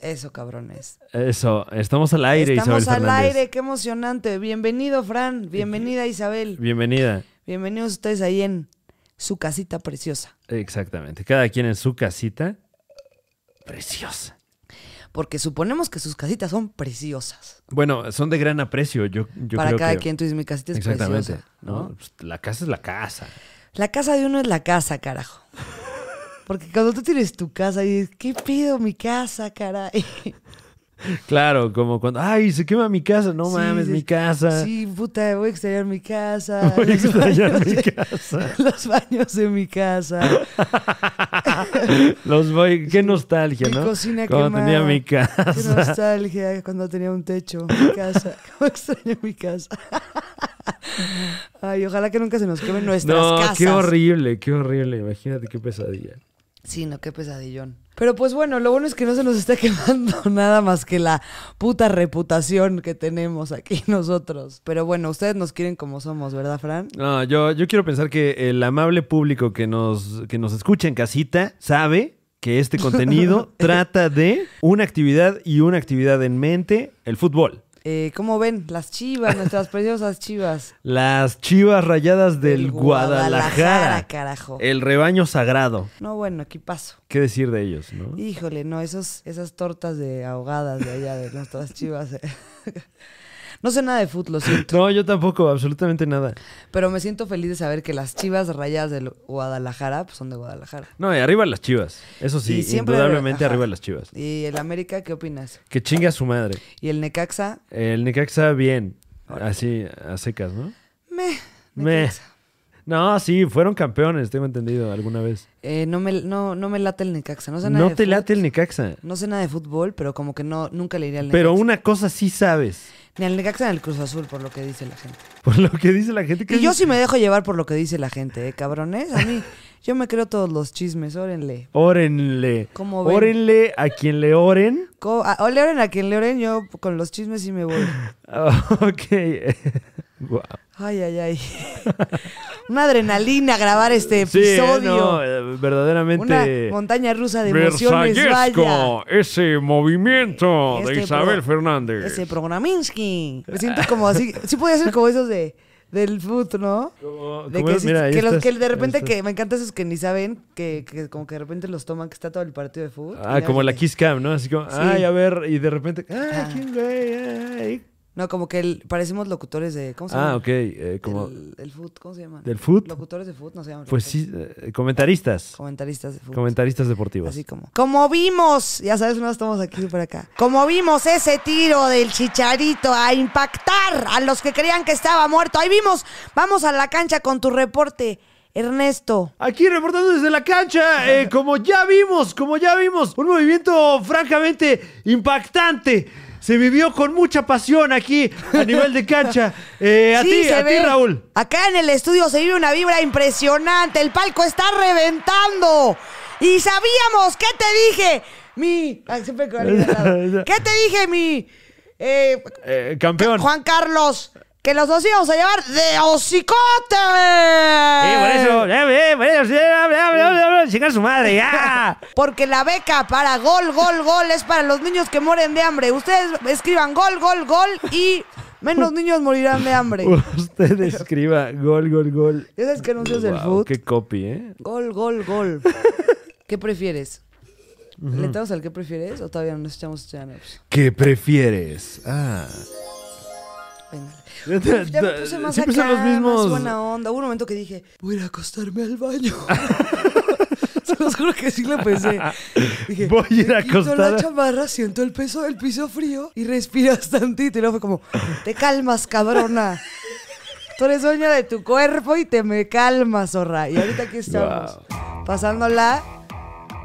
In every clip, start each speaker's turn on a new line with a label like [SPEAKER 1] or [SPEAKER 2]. [SPEAKER 1] Eso, cabrones.
[SPEAKER 2] Eso, estamos al aire,
[SPEAKER 1] Estamos al
[SPEAKER 2] Isabel Fernández.
[SPEAKER 1] aire, qué emocionante. Bienvenido, Fran. Bienvenida, Isabel.
[SPEAKER 2] Bienvenida.
[SPEAKER 1] Bienvenidos ustedes ahí en su casita preciosa.
[SPEAKER 2] Exactamente. Cada quien en su casita. Preciosa.
[SPEAKER 1] Porque suponemos que sus casitas son preciosas.
[SPEAKER 2] Bueno, son de gran aprecio. Yo, yo
[SPEAKER 1] Para
[SPEAKER 2] creo
[SPEAKER 1] cada
[SPEAKER 2] que-
[SPEAKER 1] quien, tú dices, mi casita es
[SPEAKER 2] Exactamente.
[SPEAKER 1] preciosa.
[SPEAKER 2] ¿no?
[SPEAKER 1] ¿no?
[SPEAKER 2] Pues, La casa es la casa.
[SPEAKER 1] La casa de uno es la casa, carajo. Porque cuando tú tienes tu casa y dices, ¿qué pido mi casa, caray?
[SPEAKER 2] Claro, como cuando. ¡Ay, se quema mi casa! No
[SPEAKER 1] Sí,
[SPEAKER 2] mames,
[SPEAKER 1] sí.
[SPEAKER 2] mi casa.
[SPEAKER 1] Sí, puta, voy a extrañar mi casa.
[SPEAKER 2] Voy a
[SPEAKER 1] los
[SPEAKER 2] extrañar
[SPEAKER 1] baños
[SPEAKER 2] mi
[SPEAKER 1] de-
[SPEAKER 2] casa.
[SPEAKER 1] Los baños de mi casa.
[SPEAKER 2] Los voy. Qué nostalgia,
[SPEAKER 1] Mi
[SPEAKER 2] ¿no?
[SPEAKER 1] cocina
[SPEAKER 2] Cuando
[SPEAKER 1] quemada.
[SPEAKER 2] tenía mi
[SPEAKER 1] Qué
[SPEAKER 2] casa.
[SPEAKER 1] nostalgia cuando tenía un techo, mi casa. Cómo extraño mi casa. Ay, ojalá que nunca se nos quemen nuestras
[SPEAKER 2] No,
[SPEAKER 1] casas.
[SPEAKER 2] qué horrible, qué horrible. Imagínate qué pesadilla.
[SPEAKER 1] Sí, no, qué pesadillón. Pero pues bueno, lo bueno es que no se nos está quemando nada más que la puta reputación que tenemos aquí nosotros. Pero bueno, ustedes nos quieren como somos, ¿verdad, Fran?
[SPEAKER 2] No, yo, yo quiero pensar que el amable público que nos, que nos escucha en casita sabe que este contenido trata de una actividad y una actividad en mente, el fútbol.
[SPEAKER 1] Eh, ¿Cómo ven? Las chivas, nuestras preciosas chivas.
[SPEAKER 2] Las chivas rayadas del
[SPEAKER 1] El
[SPEAKER 2] Guadalajara.
[SPEAKER 1] Guadalajara, carajo.
[SPEAKER 2] El rebaño sagrado.
[SPEAKER 1] No, bueno, aquí paso.
[SPEAKER 2] ¿Qué decir de ellos, no?
[SPEAKER 1] Híjole, no, esos, esas tortas de ahogadas de allá de nuestras chivas. eh. No sé nada de fútbol, lo siento,
[SPEAKER 2] No, yo tampoco, absolutamente nada.
[SPEAKER 1] pero me siento feliz de saber que las chivas rayadas del Guadalajara pues, son de Guadalajara.
[SPEAKER 2] No, y arriba las chivas. Eso sí,
[SPEAKER 1] Y siempre-
[SPEAKER 2] indudablemente
[SPEAKER 1] ajá.
[SPEAKER 2] arriba las chivas.
[SPEAKER 1] ¿Y el América qué opinas?
[SPEAKER 2] Que chinga su madre.
[SPEAKER 1] ¿Y el Necaxa?
[SPEAKER 2] El Necaxa bien. Así, a secas, ¿no?
[SPEAKER 1] Meh,
[SPEAKER 2] Meh.
[SPEAKER 1] Necaxa.
[SPEAKER 2] No, sí, fueron campeones, tengo entendido, alguna vez.
[SPEAKER 1] Eh, no, me, no, no me late el Necaxa. No sé nada
[SPEAKER 2] No
[SPEAKER 1] de
[SPEAKER 2] te
[SPEAKER 1] fut-
[SPEAKER 2] late el Necaxa.
[SPEAKER 1] No sé nada de fútbol, pero como que no, nunca le iría al Necaxa.
[SPEAKER 2] Pero una cosa sí sabes.
[SPEAKER 1] Ni al Necaxa ni al Cruz Azul, por lo que dice la gente.
[SPEAKER 2] Por lo que dice la gente que.
[SPEAKER 1] Y yo sí me dejo llevar por lo que dice la gente, ¿eh, cabrones? A mí, yo me creo todos los chismes, órenle.
[SPEAKER 2] Órenle.
[SPEAKER 1] ¿Cómo ven?
[SPEAKER 2] Órenle a quien le oren.
[SPEAKER 1] Co- a- O le oren a quien le oren, yo con los chismes sí me voy.
[SPEAKER 2] Ah, ok. Guau.
[SPEAKER 1] Ay, ay, ay. Una adrenalina grabar este
[SPEAKER 2] Sí, eh,
[SPEAKER 1] episodio.
[SPEAKER 2] no, eh, verdaderamente.
[SPEAKER 1] Una montaña rusa de emociones, vaya.
[SPEAKER 2] versallesco ese movimiento de
[SPEAKER 1] Este pro-
[SPEAKER 2] Isabel Fernández.
[SPEAKER 1] Ese programinsky. Me siento como así. Sí podía ser como esos de del foot, ¿no?
[SPEAKER 2] Como-
[SPEAKER 1] De
[SPEAKER 2] como
[SPEAKER 1] que,
[SPEAKER 2] es-
[SPEAKER 1] sí-
[SPEAKER 2] mira, ahí
[SPEAKER 1] que los
[SPEAKER 2] estás,
[SPEAKER 1] que de repente
[SPEAKER 2] ahí
[SPEAKER 1] que me encantan esos que ni saben, que, que como que de repente los toman, que está todo el partido de fútbol.
[SPEAKER 2] Ah, como la Kiss Cam, ¿no? Así como,
[SPEAKER 1] Sí.
[SPEAKER 2] ay, a ver, y de repente, ay,
[SPEAKER 1] Ajá.
[SPEAKER 2] ¿quién güey? Ay.
[SPEAKER 1] No, como que el- parecemos locutores de. ¿Cómo se llama?
[SPEAKER 2] Ah, ok, eh, como
[SPEAKER 1] El, el foot, ¿cómo se llama?
[SPEAKER 2] del foot,
[SPEAKER 1] Locutores de foot, no se llaman.
[SPEAKER 2] pues
[SPEAKER 1] locutores.
[SPEAKER 2] sí, eh, comentaristas,
[SPEAKER 1] Comentaristas de foot.
[SPEAKER 2] comentaristas deportivos.
[SPEAKER 1] Así como. Como vimos, ya sabes, no estamos aquí por acá. Como vimos ese tiro del chicharito a impactar a los que creían que estaba muerto. Ahí vimos. Vamos a la cancha con tu reporte, Ernesto.
[SPEAKER 2] Aquí reportando desde la cancha, eh, como ya vimos, como ya vimos, un movimiento francamente impactante. Se vivió con mucha pasión aquí a nivel de cancha. Eh, a
[SPEAKER 1] Sí,
[SPEAKER 2] ti,
[SPEAKER 1] se
[SPEAKER 2] a ti,
[SPEAKER 1] ve.
[SPEAKER 2] Raúl.
[SPEAKER 1] Acá en el estudio se vive una vibra impresionante. El palco está reventando. Y sabíamos, ¿qué te dije? Mi. Ay, siempre con alguien al lado. ¿Qué te dije, mi. eh,
[SPEAKER 2] Eh, campeón.
[SPEAKER 1] Juan Carlos? Que los dos íbamos a llevar de hocicote.
[SPEAKER 2] Sí, por eso. eh, eh, por eso, sí, hable, hable, hable, hable, Chingar su madre, ya.
[SPEAKER 1] Porque la beca para gol, gol, gol es para los niños que mueren de hambre. Ustedes escriban gol, gol, gol y menos niños morirán de hambre.
[SPEAKER 2] Usted escriba gol, gol, gol.
[SPEAKER 1] ¿Ya sabes qué anuncios del
[SPEAKER 2] Guau,
[SPEAKER 1] fútbol?
[SPEAKER 2] Qué copy, ¿eh?
[SPEAKER 1] Gol, gol, gol. ¿Qué prefieres? ¿Le entramos al qué prefieres o todavía no nos echamos este anexo?
[SPEAKER 2] ¿Qué prefieres? Ah.
[SPEAKER 1] Véngale.
[SPEAKER 2] Uf,
[SPEAKER 1] Ya me puse más
[SPEAKER 2] Siempre
[SPEAKER 1] acá,
[SPEAKER 2] son los
[SPEAKER 1] más
[SPEAKER 2] mismos.
[SPEAKER 1] buena onda. Hubo un momento que dije, voy a ir a acostarme al baño. Se los juro que sí lo pensé. Dije,
[SPEAKER 2] Voy a ir
[SPEAKER 1] me
[SPEAKER 2] a
[SPEAKER 1] quito
[SPEAKER 2] acostar-
[SPEAKER 1] la chamarra, siento el peso del piso frío y respiras tantito. Y luego fue como, te calmas, cabrona. Tú eres dueña de tu cuerpo y te me calmas, zorra. Y ahorita aquí estamos, pasándola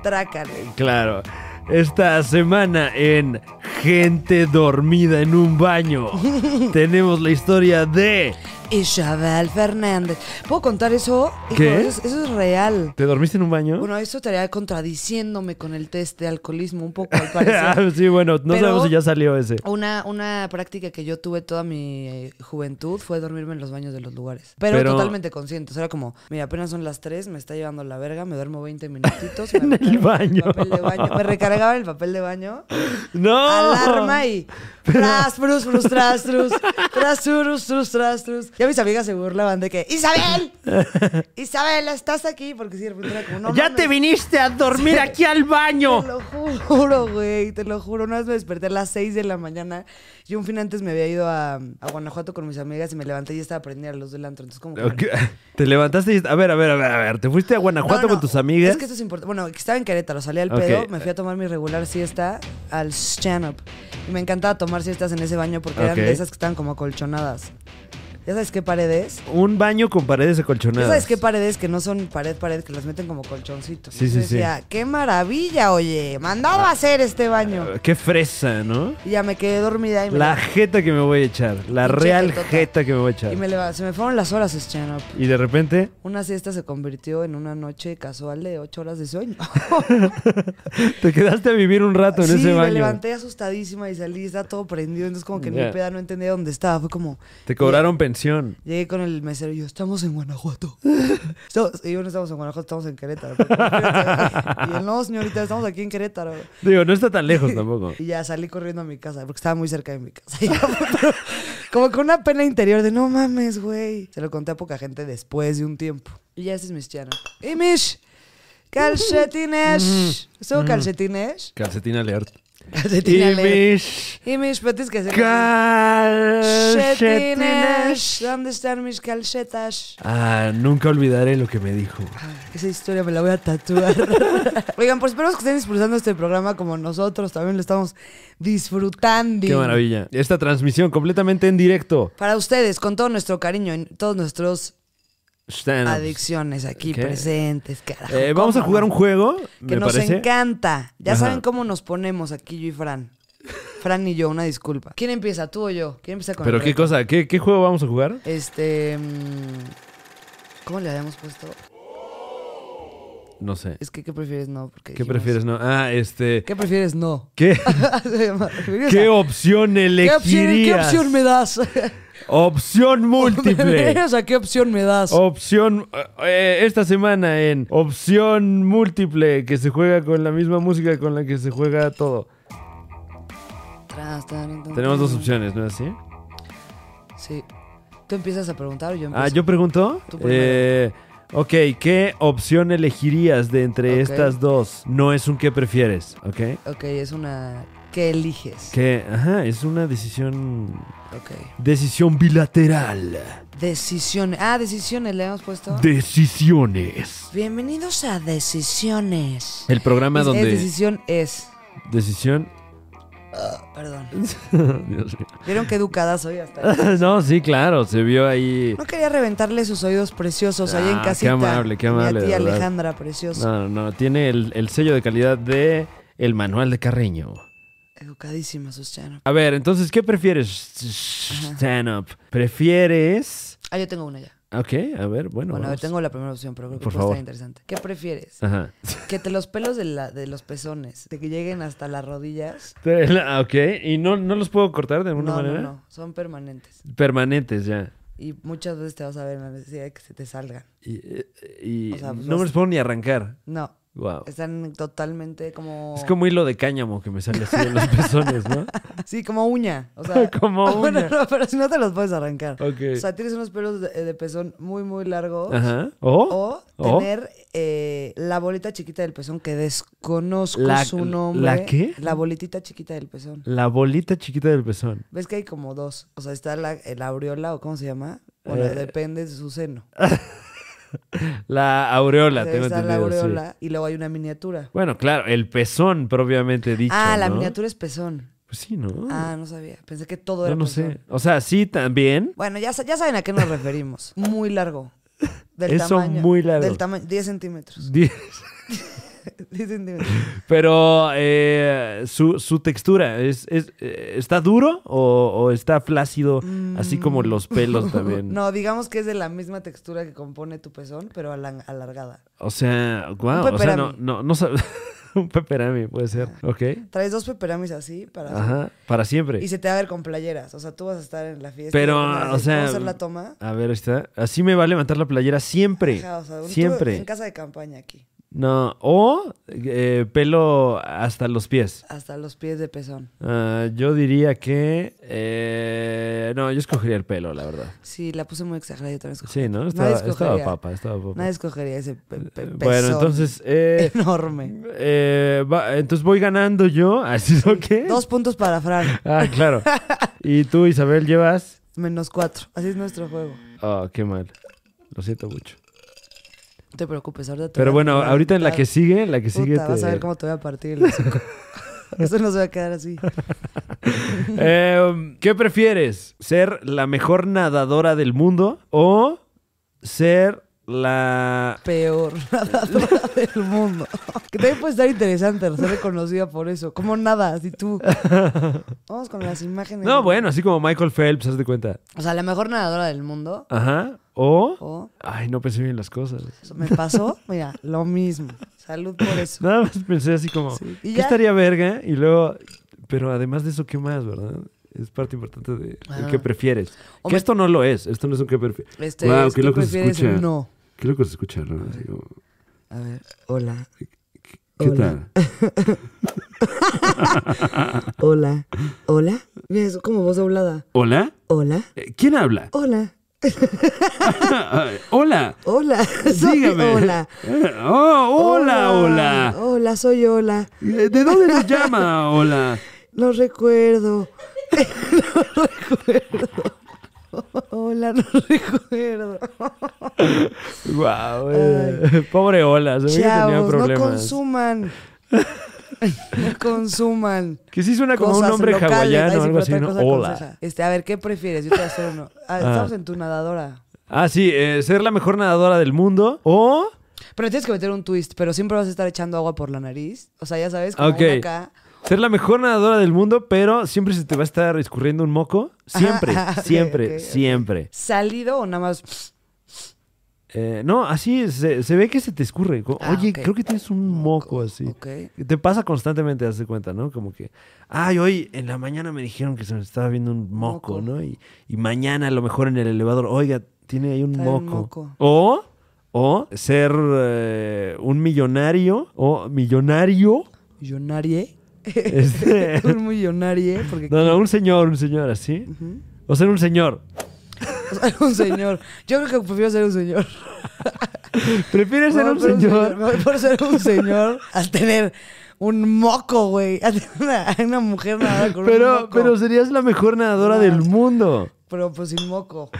[SPEAKER 1] trácale.
[SPEAKER 2] Claro. Esta semana en Gente dormida en un baño tenemos la historia de
[SPEAKER 1] Isabel Fernández. ¿Puedo contar eso? Hijo,
[SPEAKER 2] ¿Qué?
[SPEAKER 1] Eso, es- eso es real.
[SPEAKER 2] ¿Te dormiste en un baño?
[SPEAKER 1] Bueno, eso estaría contradiciéndome con el test de alcoholismo un poco, al
[SPEAKER 2] Ah,
[SPEAKER 1] parecer.
[SPEAKER 2] sí, bueno, no
[SPEAKER 1] Pero-
[SPEAKER 2] sabemos si ya salió ese.
[SPEAKER 1] Una, una práctica que yo tuve toda mi eh, juventud fue dormirme en los baños de los lugares. Pero,
[SPEAKER 2] Pero-
[SPEAKER 1] totalmente consciente. O sea, era como, mira, apenas son las 3, me está llevando la verga, me duermo 20 minutitos. me
[SPEAKER 2] En el
[SPEAKER 1] recargo
[SPEAKER 2] baño.
[SPEAKER 1] papel de baño. Me recargaba el papel de baño.
[SPEAKER 2] ¡No!
[SPEAKER 1] Alarma y tras, frus, frus, tras, trus, tras, trus, trus, tras, trus. Ya mis amigas se burlaban de que, Isabel, Isabel, estás aquí, porque sí, de repente era como, no
[SPEAKER 2] ¡Ya
[SPEAKER 1] mames,
[SPEAKER 2] te viniste a dormir aquí al baño!
[SPEAKER 1] Te lo juro, güey, te lo juro. Una vez me desperté a las 6 de la mañana y un fin antes me había ido a, a Guanajuato con mis amigas y me levanté y ya estaba prendida a los del antro. Entonces, como que-
[SPEAKER 2] Ok, Te levantaste y... A ver, a ver, a ver, a ver. ¿Te fuiste a Guanajuato
[SPEAKER 1] No, no,
[SPEAKER 2] con tus amigas?
[SPEAKER 1] Es que esto es importante. Bueno, que estaba en Querétaro, salí al
[SPEAKER 2] Ok.
[SPEAKER 1] pedo, me fui a tomar mi regular siesta al stand-up. Y me encantaba tomar siestas en ese baño porque eran
[SPEAKER 2] Ok.
[SPEAKER 1] de esas que estaban como acolchonadas. ¿Ya sabes qué paredes?
[SPEAKER 2] Un baño con paredes
[SPEAKER 1] ¿Ya
[SPEAKER 2] acolchonadas.
[SPEAKER 1] sabes qué paredes que no son pared, pared, que las meten como colchoncitos?
[SPEAKER 2] Sí, sí,
[SPEAKER 1] Entonces
[SPEAKER 2] sí.
[SPEAKER 1] decía, qué maravilla, oye, mandado a hacer este baño.
[SPEAKER 2] Qué fresa, ¿no?
[SPEAKER 1] Y ya me quedé dormida y me,
[SPEAKER 2] Ah. La jeta que me voy a echar. La
[SPEAKER 1] Pinche
[SPEAKER 2] real
[SPEAKER 1] jetota.
[SPEAKER 2] jeta que me voy a
[SPEAKER 1] leva-
[SPEAKER 2] echar.
[SPEAKER 1] y me leva- se me fueron las horas stand-up.
[SPEAKER 2] Y de repente...
[SPEAKER 1] Una siesta se convirtió en una noche casual de ocho horas de sueño.
[SPEAKER 2] Te quedaste a vivir un rato en
[SPEAKER 1] sí,
[SPEAKER 2] ese
[SPEAKER 1] me
[SPEAKER 2] baño.
[SPEAKER 1] levanté asustadísima y salí, estaba todo prendido, entonces como que en
[SPEAKER 2] Ya.
[SPEAKER 1] mi peda no entendía dónde estaba, fue como...
[SPEAKER 2] Te cobraron pensión.
[SPEAKER 1] Llegué con el mesero y yo, estamos en Guanajuato. Estamos- y yo no estamos en Guanajuato, estamos en Querétaro. Pero, ¿cómo crees? y él, no, señorita, estamos aquí en Querétaro.
[SPEAKER 2] Digo, no está tan lejos Pues tampoco.
[SPEAKER 1] Y ya salí corriendo a mi casa, porque estaba muy cerca de mi casa. Y ya fue, pero como con una pena interior de, no mames, güey. Se lo conté a poca gente después de un tiempo. Y ya ese es mi channel. Y mish, calcetines. ¿Estuvo calcetines?
[SPEAKER 2] Calcetín alert.
[SPEAKER 1] Calcetines.
[SPEAKER 2] Y
[SPEAKER 1] alegre.
[SPEAKER 2] mis
[SPEAKER 1] Y mis patitas que se calcetines.
[SPEAKER 2] calcetines.
[SPEAKER 1] ¿Dónde están mis calcetas?
[SPEAKER 2] Ah, nunca olvidaré lo que me dijo.
[SPEAKER 1] Esa historia me la voy a tatuar. Oigan, pues esperamos que estén disfrutando este programa como nosotros también lo estamos disfrutando.
[SPEAKER 2] Qué maravilla. Esta transmisión completamente en directo.
[SPEAKER 1] Para ustedes, con todo nuestro cariño y todos nuestros
[SPEAKER 2] Stand-ups.
[SPEAKER 1] adicciones aquí
[SPEAKER 2] pues, ¿Qué?
[SPEAKER 1] presentes, carajo.
[SPEAKER 2] Eh, vamos a
[SPEAKER 1] ¿cómo
[SPEAKER 2] jugar
[SPEAKER 1] no?
[SPEAKER 2] un juego,
[SPEAKER 1] que
[SPEAKER 2] me
[SPEAKER 1] nos
[SPEAKER 2] parece.
[SPEAKER 1] encanta. Ya
[SPEAKER 2] Ajá.
[SPEAKER 1] saben cómo nos ponemos aquí yo y Fran. Fran y yo, una disculpa. ¿Quién empieza, tú o yo? ¿Quién empieza con
[SPEAKER 2] Pero
[SPEAKER 1] el
[SPEAKER 2] qué
[SPEAKER 1] reto?
[SPEAKER 2] cosa, ¿qué, qué juego vamos a jugar?
[SPEAKER 1] Este. mm, ¿Cómo le habíamos puesto?
[SPEAKER 2] No sé.
[SPEAKER 1] Es que, ¿qué prefieres no? Porque
[SPEAKER 2] ¿Qué
[SPEAKER 1] dijimos-
[SPEAKER 2] prefieres? No. Ah, este.
[SPEAKER 1] ¿Qué prefieres no?
[SPEAKER 2] ¿Qué,
[SPEAKER 1] Se llama- ¿Prefieres
[SPEAKER 2] qué
[SPEAKER 1] a-
[SPEAKER 2] opción
[SPEAKER 1] ¿Qué opción,
[SPEAKER 2] elegirías?
[SPEAKER 1] ¿Qué opción me das?
[SPEAKER 2] Opción múltiple. Oh.
[SPEAKER 1] O sea, ¿qué opción me das?
[SPEAKER 2] Opción eh, esta semana en opción múltiple que se juega con la misma música con la que se juega todo.
[SPEAKER 1] Tras, taran, tan,
[SPEAKER 2] Tenemos dos
[SPEAKER 1] tan.
[SPEAKER 2] opciones, ¿no es así? Ah,
[SPEAKER 1] Sí. ¿Tú empiezas a preguntar o yo empiezo?
[SPEAKER 2] Ah, yo pregunto.
[SPEAKER 1] Tú primero.
[SPEAKER 2] Eh, ok, ¿qué opción elegirías de entre
[SPEAKER 1] Ok.
[SPEAKER 2] estas dos? No es un qué prefieres, ¿ok?
[SPEAKER 1] Ok, es una... ¿Qué eliges?
[SPEAKER 2] Que, ajá, es una decisión.
[SPEAKER 1] Ok.
[SPEAKER 2] Decisión bilateral.
[SPEAKER 1] Decisiones. Ah, decisiones le hemos puesto.
[SPEAKER 2] Decisiones.
[SPEAKER 1] Bienvenidos a Decisiones.
[SPEAKER 2] El programa
[SPEAKER 1] Es-
[SPEAKER 2] donde.
[SPEAKER 1] es decisión es... Ah,
[SPEAKER 2] decisión.
[SPEAKER 1] Perdón.
[SPEAKER 2] Dios mío.
[SPEAKER 1] Vieron qué educada soy hasta...
[SPEAKER 2] no, sí, claro, se vio ahí.
[SPEAKER 1] No quería reventarle sus oídos preciosos ahí en
[SPEAKER 2] Ah, qué
[SPEAKER 1] casita.
[SPEAKER 2] amable, qué
[SPEAKER 1] Mi
[SPEAKER 2] amable, de
[SPEAKER 1] tía
[SPEAKER 2] verdad.
[SPEAKER 1] Alejandra, preciosa.
[SPEAKER 2] No, no, tiene el, el sello de calidad de el manual de Carreño.
[SPEAKER 1] Educadísima, Susana.
[SPEAKER 2] A ver, entonces, ¿qué prefieres? Stand up. ¿Prefieres?
[SPEAKER 1] Ah, yo tengo una ya.
[SPEAKER 2] Ok, a ver, bueno.
[SPEAKER 1] Bueno, a ver,
[SPEAKER 2] vamos.
[SPEAKER 1] tengo la primera opción, pero creo que
[SPEAKER 2] Por
[SPEAKER 1] puede estar
[SPEAKER 2] favor.
[SPEAKER 1] interesante. ¿Qué prefieres?
[SPEAKER 2] Ajá.
[SPEAKER 1] Que te los pelos de, la- de los pezones, de que lleguen hasta las rodillas.
[SPEAKER 2] Te- la- ah, Ok, ¿y no, no los puedo cortar de alguna
[SPEAKER 1] no,
[SPEAKER 2] manera?
[SPEAKER 1] no, no, son permanentes.
[SPEAKER 2] Permanentes ya.
[SPEAKER 1] Y muchas veces te vas a ver en la necesidad de que se te salgan.
[SPEAKER 2] Y, eh, y
[SPEAKER 1] O sea, pues,
[SPEAKER 2] no me
[SPEAKER 1] vas-
[SPEAKER 2] los puedo ni arrancar.
[SPEAKER 1] No,
[SPEAKER 2] Wow.
[SPEAKER 1] están totalmente como...
[SPEAKER 2] Es como hilo de cáñamo que me sale así en los pezones, ¿no?
[SPEAKER 1] Sí, como uña. O sea,
[SPEAKER 2] Como
[SPEAKER 1] Ah, Bueno,
[SPEAKER 2] uña.
[SPEAKER 1] no, pero si no te los puedes arrancar. O
[SPEAKER 2] Ok.
[SPEAKER 1] sea, tienes unos pelos de, de pezón muy, muy largos.
[SPEAKER 2] Ajá. ¿O?
[SPEAKER 1] O
[SPEAKER 2] O-
[SPEAKER 1] tener eh, la bolita chiquita del pezón que desconozco
[SPEAKER 2] La-
[SPEAKER 1] su nombre.
[SPEAKER 2] ¿la qué?
[SPEAKER 1] La bolitita chiquita del pezón.
[SPEAKER 2] La bolita chiquita del pezón.
[SPEAKER 1] ¿Ves que hay como dos? O sea, está la, el aureola o cómo se llama. Bueno,
[SPEAKER 2] Eh,
[SPEAKER 1] depende de su seno.
[SPEAKER 2] La aureola,
[SPEAKER 1] O sea,
[SPEAKER 2] tengo
[SPEAKER 1] está la
[SPEAKER 2] entendido. sí.
[SPEAKER 1] aureola y luego hay una miniatura.
[SPEAKER 2] Bueno, claro, el pezón propiamente dicho.
[SPEAKER 1] ah, la
[SPEAKER 2] ¿no?
[SPEAKER 1] miniatura es pezón.
[SPEAKER 2] Pues sí, ¿no?
[SPEAKER 1] Ah, pues no sabía. Pensé que todo
[SPEAKER 2] no,
[SPEAKER 1] era
[SPEAKER 2] no
[SPEAKER 1] pezón.
[SPEAKER 2] sé. O sea, sí también.
[SPEAKER 1] Bueno, ya, sa- ya saben a qué nos referimos. Muy largo. Del
[SPEAKER 2] Eso
[SPEAKER 1] tamaño.
[SPEAKER 2] muy largo. Mm.
[SPEAKER 1] Del tamaño. 10 centímetros.
[SPEAKER 2] Diez.
[SPEAKER 1] Sí, centímetros.
[SPEAKER 2] Pero eh, su, su textura, ¿es, es- eh, ¿está duro o, o está flácido? Así como los pelos también.
[SPEAKER 1] Mm. No, digamos que es de la misma textura que compone tu pezón, pero alan- alargada.
[SPEAKER 2] O sea, wow.
[SPEAKER 1] Un
[SPEAKER 2] o sea, no,
[SPEAKER 1] peperami.
[SPEAKER 2] no, no sab- Un peperami puede ser.
[SPEAKER 1] Ah.
[SPEAKER 2] Ok.
[SPEAKER 1] Traes dos peperamis así para...
[SPEAKER 2] Ajá. Para
[SPEAKER 1] Y
[SPEAKER 2] siempre.
[SPEAKER 1] se te va a ver con playeras. O sea, tú vas a estar en la fiesta.
[SPEAKER 2] Pero,
[SPEAKER 1] y vas a
[SPEAKER 2] o sea.
[SPEAKER 1] hacer la toma.
[SPEAKER 2] A ver, ahí está. Así me va a levantar la playera siempre.
[SPEAKER 1] Ajá, o sea, un- tú En
[SPEAKER 2] siempre.
[SPEAKER 1] casa de campaña aquí.
[SPEAKER 2] No. O eh, pelo hasta los pies.
[SPEAKER 1] Hasta los pies de pezón.
[SPEAKER 2] Ah, yo diría que. eh, no, yo escogería el pelo, la verdad.
[SPEAKER 1] Sí, la puse muy exagerada. Yo también escogí.
[SPEAKER 2] Sí, ¿no? Estaba,
[SPEAKER 1] Nadie
[SPEAKER 2] estaba
[SPEAKER 1] escogería.
[SPEAKER 2] papa, estaba papa.
[SPEAKER 1] Nadie escogería ese pe- pe-
[SPEAKER 2] Eh,
[SPEAKER 1] pezón.
[SPEAKER 2] bueno, entonces. eh,
[SPEAKER 1] Enorme.
[SPEAKER 2] eh, va- entonces voy ganando yo. ¿Así es o qué?
[SPEAKER 1] Dos puntos para Fran.
[SPEAKER 2] Ah, claro. Y tú, Isabel, llevas.
[SPEAKER 1] Menos cuatro. Así es nuestro juego.
[SPEAKER 2] Oh, qué mal. Lo siento mucho.
[SPEAKER 1] No te preocupes, ahorita te
[SPEAKER 2] Pero
[SPEAKER 1] voy a-
[SPEAKER 2] bueno,
[SPEAKER 1] te voy a
[SPEAKER 2] ahorita en la
[SPEAKER 1] quitar-
[SPEAKER 2] que sigue, en la que sigue.
[SPEAKER 1] Puta, vas a
[SPEAKER 2] te-
[SPEAKER 1] ver cómo te voy a partir el hocico. Eso nos va a quedar así.
[SPEAKER 2] Eh, ¿Qué prefieres? ¿Ser la mejor nadadora del mundo o ser la.
[SPEAKER 1] Peor nadadora del mundo. Que también puede estar interesante ser reconocida por eso. Como nada, así tú. Vamos con las imágenes.
[SPEAKER 2] No, bueno, así como Michael Phelps, haz de cuenta.
[SPEAKER 1] O sea, la mejor nadadora del mundo.
[SPEAKER 2] Ajá. O.
[SPEAKER 1] O
[SPEAKER 2] Ay, no pensé bien las cosas.
[SPEAKER 1] eso me pasó, mira, lo mismo. Salud por eso.
[SPEAKER 2] Nada más pensé así como,
[SPEAKER 1] Sí. Y
[SPEAKER 2] ¿qué
[SPEAKER 1] ya.
[SPEAKER 2] estaría verga? Y luego, pero además de eso, ¿qué más, verdad? Es parte importante de, de
[SPEAKER 1] Ah.
[SPEAKER 2] qué prefieres.
[SPEAKER 1] O
[SPEAKER 2] que
[SPEAKER 1] me-
[SPEAKER 2] esto no lo es, esto no es un qué prefieres.
[SPEAKER 1] Este,
[SPEAKER 2] Guau,
[SPEAKER 1] es
[SPEAKER 2] qué
[SPEAKER 1] que
[SPEAKER 2] loco se
[SPEAKER 1] prefieres
[SPEAKER 2] escucha.
[SPEAKER 1] un no.
[SPEAKER 2] Qué loco se escucha, ¿no? Así como,
[SPEAKER 1] A ver, hola,
[SPEAKER 2] ¿Qué, qué
[SPEAKER 1] Hola.
[SPEAKER 2] tal?
[SPEAKER 1] hola, hola. Mira, es como voz doblada.
[SPEAKER 2] ¿Hola?
[SPEAKER 1] Hola,
[SPEAKER 2] Eh, ¿Quién habla?
[SPEAKER 1] hola,
[SPEAKER 2] Ah, ¡Hola!
[SPEAKER 1] hola. Soy
[SPEAKER 2] Dígame.
[SPEAKER 1] Hola.
[SPEAKER 2] Eh, oh, hola, hola.
[SPEAKER 1] Hola, soy hola.
[SPEAKER 2] Eh, ¿De dónde nos llama? Hola.
[SPEAKER 1] No recuerdo. no recuerdo. Hola, no recuerdo.
[SPEAKER 2] Guau, eh, Pobre hola, se ve que tenía
[SPEAKER 1] Chavos, no
[SPEAKER 2] problemas.
[SPEAKER 1] consuman. No consuman.
[SPEAKER 2] que sí suena como un
[SPEAKER 1] cosas
[SPEAKER 2] nombre
[SPEAKER 1] locales, ahí sí, pero
[SPEAKER 2] hawaiano o algo
[SPEAKER 1] otra
[SPEAKER 2] así, ¿no?
[SPEAKER 1] cosa
[SPEAKER 2] Hola.
[SPEAKER 1] aconseja. Este, a ver, ¿qué prefieres? Yo te voy a hacer uno. Ah, Estamos en tu nadadora.
[SPEAKER 2] Ah, sí, eh, ser la mejor nadadora del mundo o...
[SPEAKER 1] Pero tienes que meter un twist, pero siempre vas a estar echando agua por la nariz. O sea, ya sabes, como
[SPEAKER 2] ok.
[SPEAKER 1] una acá.
[SPEAKER 2] Ser la mejor nadadora del mundo, pero siempre se te va a estar escurriendo un moco. Siempre,
[SPEAKER 1] Ah, ok,
[SPEAKER 2] siempre,
[SPEAKER 1] ok, ok.
[SPEAKER 2] siempre.
[SPEAKER 1] ¿Salido o nada más?
[SPEAKER 2] Eh, no, así se, se ve que se te escurre. Co-
[SPEAKER 1] Ah,
[SPEAKER 2] Oye,
[SPEAKER 1] ok.
[SPEAKER 2] creo que tienes un moco así.
[SPEAKER 1] Ok.
[SPEAKER 2] Te pasa constantemente, haz de cuenta, ¿no? Como que, ay, hoy en la mañana me dijeron que se me estaba viendo un moco,
[SPEAKER 1] Moco.
[SPEAKER 2] ¿no? Y, y mañana a lo mejor en el elevador, oiga, tiene ahí un
[SPEAKER 1] Trae
[SPEAKER 2] moco.
[SPEAKER 1] un moco.
[SPEAKER 2] O, o ser eh, un millonario o millonario.
[SPEAKER 1] Millonarie.
[SPEAKER 2] Este-
[SPEAKER 1] un millonarie. Porque
[SPEAKER 2] No, no, un señor, un señor así. O ser un señor.
[SPEAKER 1] o sea, un señor. Yo creo que prefiero ser un señor.
[SPEAKER 2] ¿Prefieres ser
[SPEAKER 1] Me
[SPEAKER 2] un
[SPEAKER 1] voy por
[SPEAKER 2] señor?
[SPEAKER 1] Me voy por ser un señor al tener un moco, güey. A tener una, una mujer nadada con un
[SPEAKER 2] Pero,
[SPEAKER 1] moco.
[SPEAKER 2] pero serías la mejor nadadora del mundo.
[SPEAKER 1] Pero pues sin moco.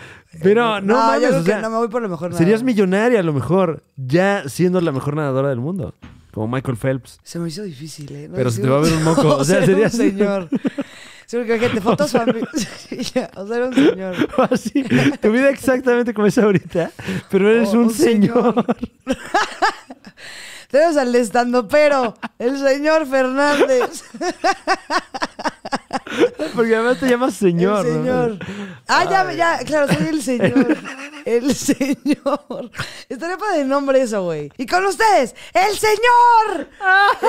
[SPEAKER 2] Pero
[SPEAKER 1] yo
[SPEAKER 2] no, mames,
[SPEAKER 1] creo
[SPEAKER 2] o sea,
[SPEAKER 1] que no me voy por lo mejor.
[SPEAKER 2] Serías
[SPEAKER 1] nadadora.
[SPEAKER 2] millonaria a lo mejor, ya siendo la mejor nadadora del mundo. Como Michael Phelps.
[SPEAKER 1] Se me hizo difícil, ¿eh? No
[SPEAKER 2] Pero
[SPEAKER 1] sé
[SPEAKER 2] se
[SPEAKER 1] si
[SPEAKER 2] te va a ver un moco, o sea,
[SPEAKER 1] ser
[SPEAKER 2] sería
[SPEAKER 1] un
[SPEAKER 2] así.
[SPEAKER 1] señor. Sí, porque gente, fotos familiares. o sea, era un señor.
[SPEAKER 2] Así, Ah, tu vida exactamente como es ahorita, pero eres
[SPEAKER 1] O-
[SPEAKER 2] un,
[SPEAKER 1] Oh, un
[SPEAKER 2] señor.
[SPEAKER 1] señor. Tenemos al estando pero, el señor Fernández.
[SPEAKER 2] Porque además te llamas señor.
[SPEAKER 1] el
[SPEAKER 2] ¿no?
[SPEAKER 1] señor. Ah, ya, me- ya, claro, soy el señor. El señor. Estaría para de nombre eso, güey. Y con ustedes, el señor.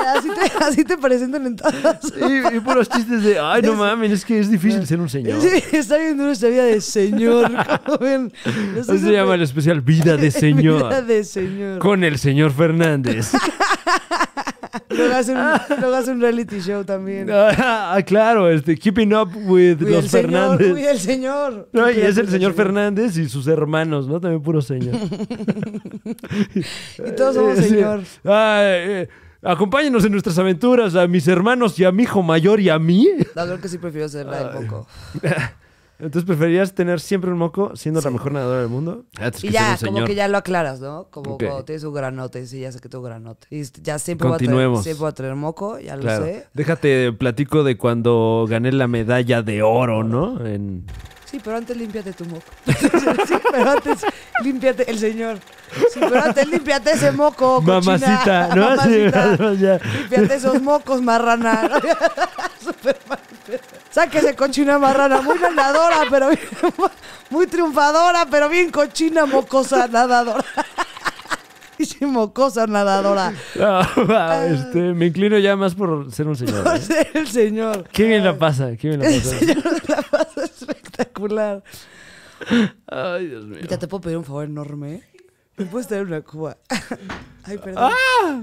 [SPEAKER 1] Así te, así te presentan en todas.
[SPEAKER 2] Y, y puros chistes de, ay, no mames, es que es difícil ser un señor.
[SPEAKER 1] Sí, está bien duro esta vida de señor. ¿Cómo ven? Yo
[SPEAKER 2] Así
[SPEAKER 1] estoy
[SPEAKER 2] se llama el especial Vida de
[SPEAKER 1] súper-
[SPEAKER 2] Señor.
[SPEAKER 1] Vida de señor.
[SPEAKER 2] Con el señor Fernández.
[SPEAKER 1] Luego hace, un, luego hace un reality show también.
[SPEAKER 2] ah, claro, este, Keeping Up with
[SPEAKER 1] Uy,
[SPEAKER 2] los
[SPEAKER 1] el
[SPEAKER 2] Fernández.
[SPEAKER 1] Señor, uy, el señor.
[SPEAKER 2] No, y
[SPEAKER 1] Uy,
[SPEAKER 2] es el
[SPEAKER 1] uy,
[SPEAKER 2] señor Fernández y sus hermanos, ¿no? También puro señor.
[SPEAKER 1] Y todos somos
[SPEAKER 2] Eh, sí.
[SPEAKER 1] señor.
[SPEAKER 2] Ah, eh, acompáñenos en nuestras aventuras a mis hermanos y a mi hijo mayor y a mí.
[SPEAKER 1] La verdad que sí prefiero ser la del moco.
[SPEAKER 2] Entonces, ¿preferirías tener siempre un moco siendo la mejor nadadora del mundo? Antes
[SPEAKER 1] Y
[SPEAKER 2] Ah, que
[SPEAKER 1] ya,
[SPEAKER 2] ser un
[SPEAKER 1] como
[SPEAKER 2] señor.
[SPEAKER 1] que ya lo aclaras, ¿no? Como
[SPEAKER 2] Ok.
[SPEAKER 1] cuando tienes un granote, sí, ya sé que tengo granote. Y este, ya siempre voy, a traer,
[SPEAKER 2] Continuemos.
[SPEAKER 1] siempre voy a traer moco, ya lo
[SPEAKER 2] Claro.
[SPEAKER 1] sé.
[SPEAKER 2] Déjate, platico de cuando gané la medalla de oro, ¿no? En,
[SPEAKER 1] Sí, pero antes límpiate tu moco. Sí, pero antes límpiate el señor. Sí, pero antes límpiate ese moco, Oh, cochina.
[SPEAKER 2] Mamacita, ¿no?
[SPEAKER 1] Mamacita.
[SPEAKER 2] Sí, ya.
[SPEAKER 1] Límpiate esos mocos, marrana. Súper mal pedo. Sáquese cochina marrana, muy nadadora, pero bien- muy triunfadora, pero bien cochina mocosa nadadora. Dice mocosa nadadora.
[SPEAKER 2] No,
[SPEAKER 1] Ah.
[SPEAKER 2] va, este, me inclino ya más por ser un señor.
[SPEAKER 1] Por
[SPEAKER 2] ¿eh?
[SPEAKER 1] ser el señor.
[SPEAKER 2] Qué bien la pasa, qué bien la
[SPEAKER 1] El
[SPEAKER 2] pasa.
[SPEAKER 1] señor la pasa espectacular.
[SPEAKER 2] Ay, Dios mío.
[SPEAKER 1] Ya te puedo pedir un favor enorme. eh? ¿Me puedes traer una cuba? Ay, perdón.
[SPEAKER 2] ¡Ah!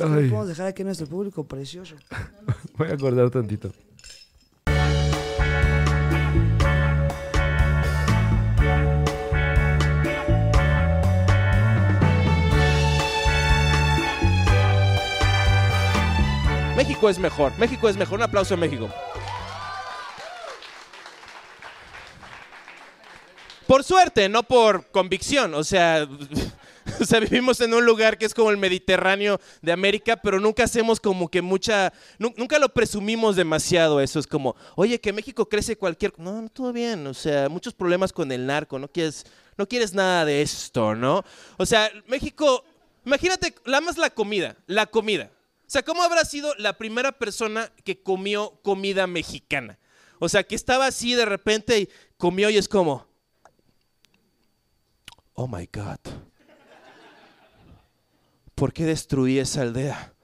[SPEAKER 2] Ay,
[SPEAKER 1] Podemos dejar aquí a nuestro público precioso.
[SPEAKER 2] voy a acordar tantito.
[SPEAKER 3] México es mejor. México es mejor. Un aplauso a México. Por suerte, no por convicción. O sea, o sea, vivimos en un lugar que es como el Mediterráneo de América, pero nunca hacemos como que mucha. nu- nunca lo presumimos demasiado. Eso es como, oye, que México crece cualquier. No, no, todo bien. O sea, muchos problemas con el narco. No quieres, no quieres nada de esto, ¿no? O sea, México. Imagínate, la más la comida. La comida. O sea, ¿cómo habrá sido la primera persona que comió comida mexicana? O sea, que estaba así de repente y comió y es como, oh my God, ¿por qué destruí esa aldea?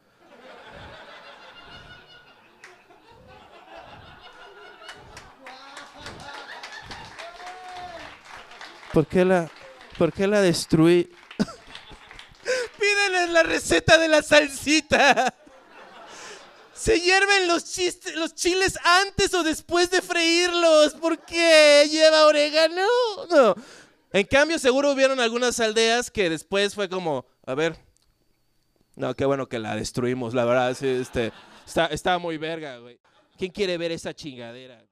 [SPEAKER 3] ¿Por qué la, por qué la destruí? Pídenles la receta de la salsita. Se hierven los, chiste- los chiles antes o después de freírlos. ¿Por qué lleva orégano? No. En cambio, seguro hubieron algunas aldeas que después fue como, a ver. No, qué bueno que la destruimos, la verdad. sí, este, está, está muy verga, güey. ¿Quién quiere ver esa chingadera?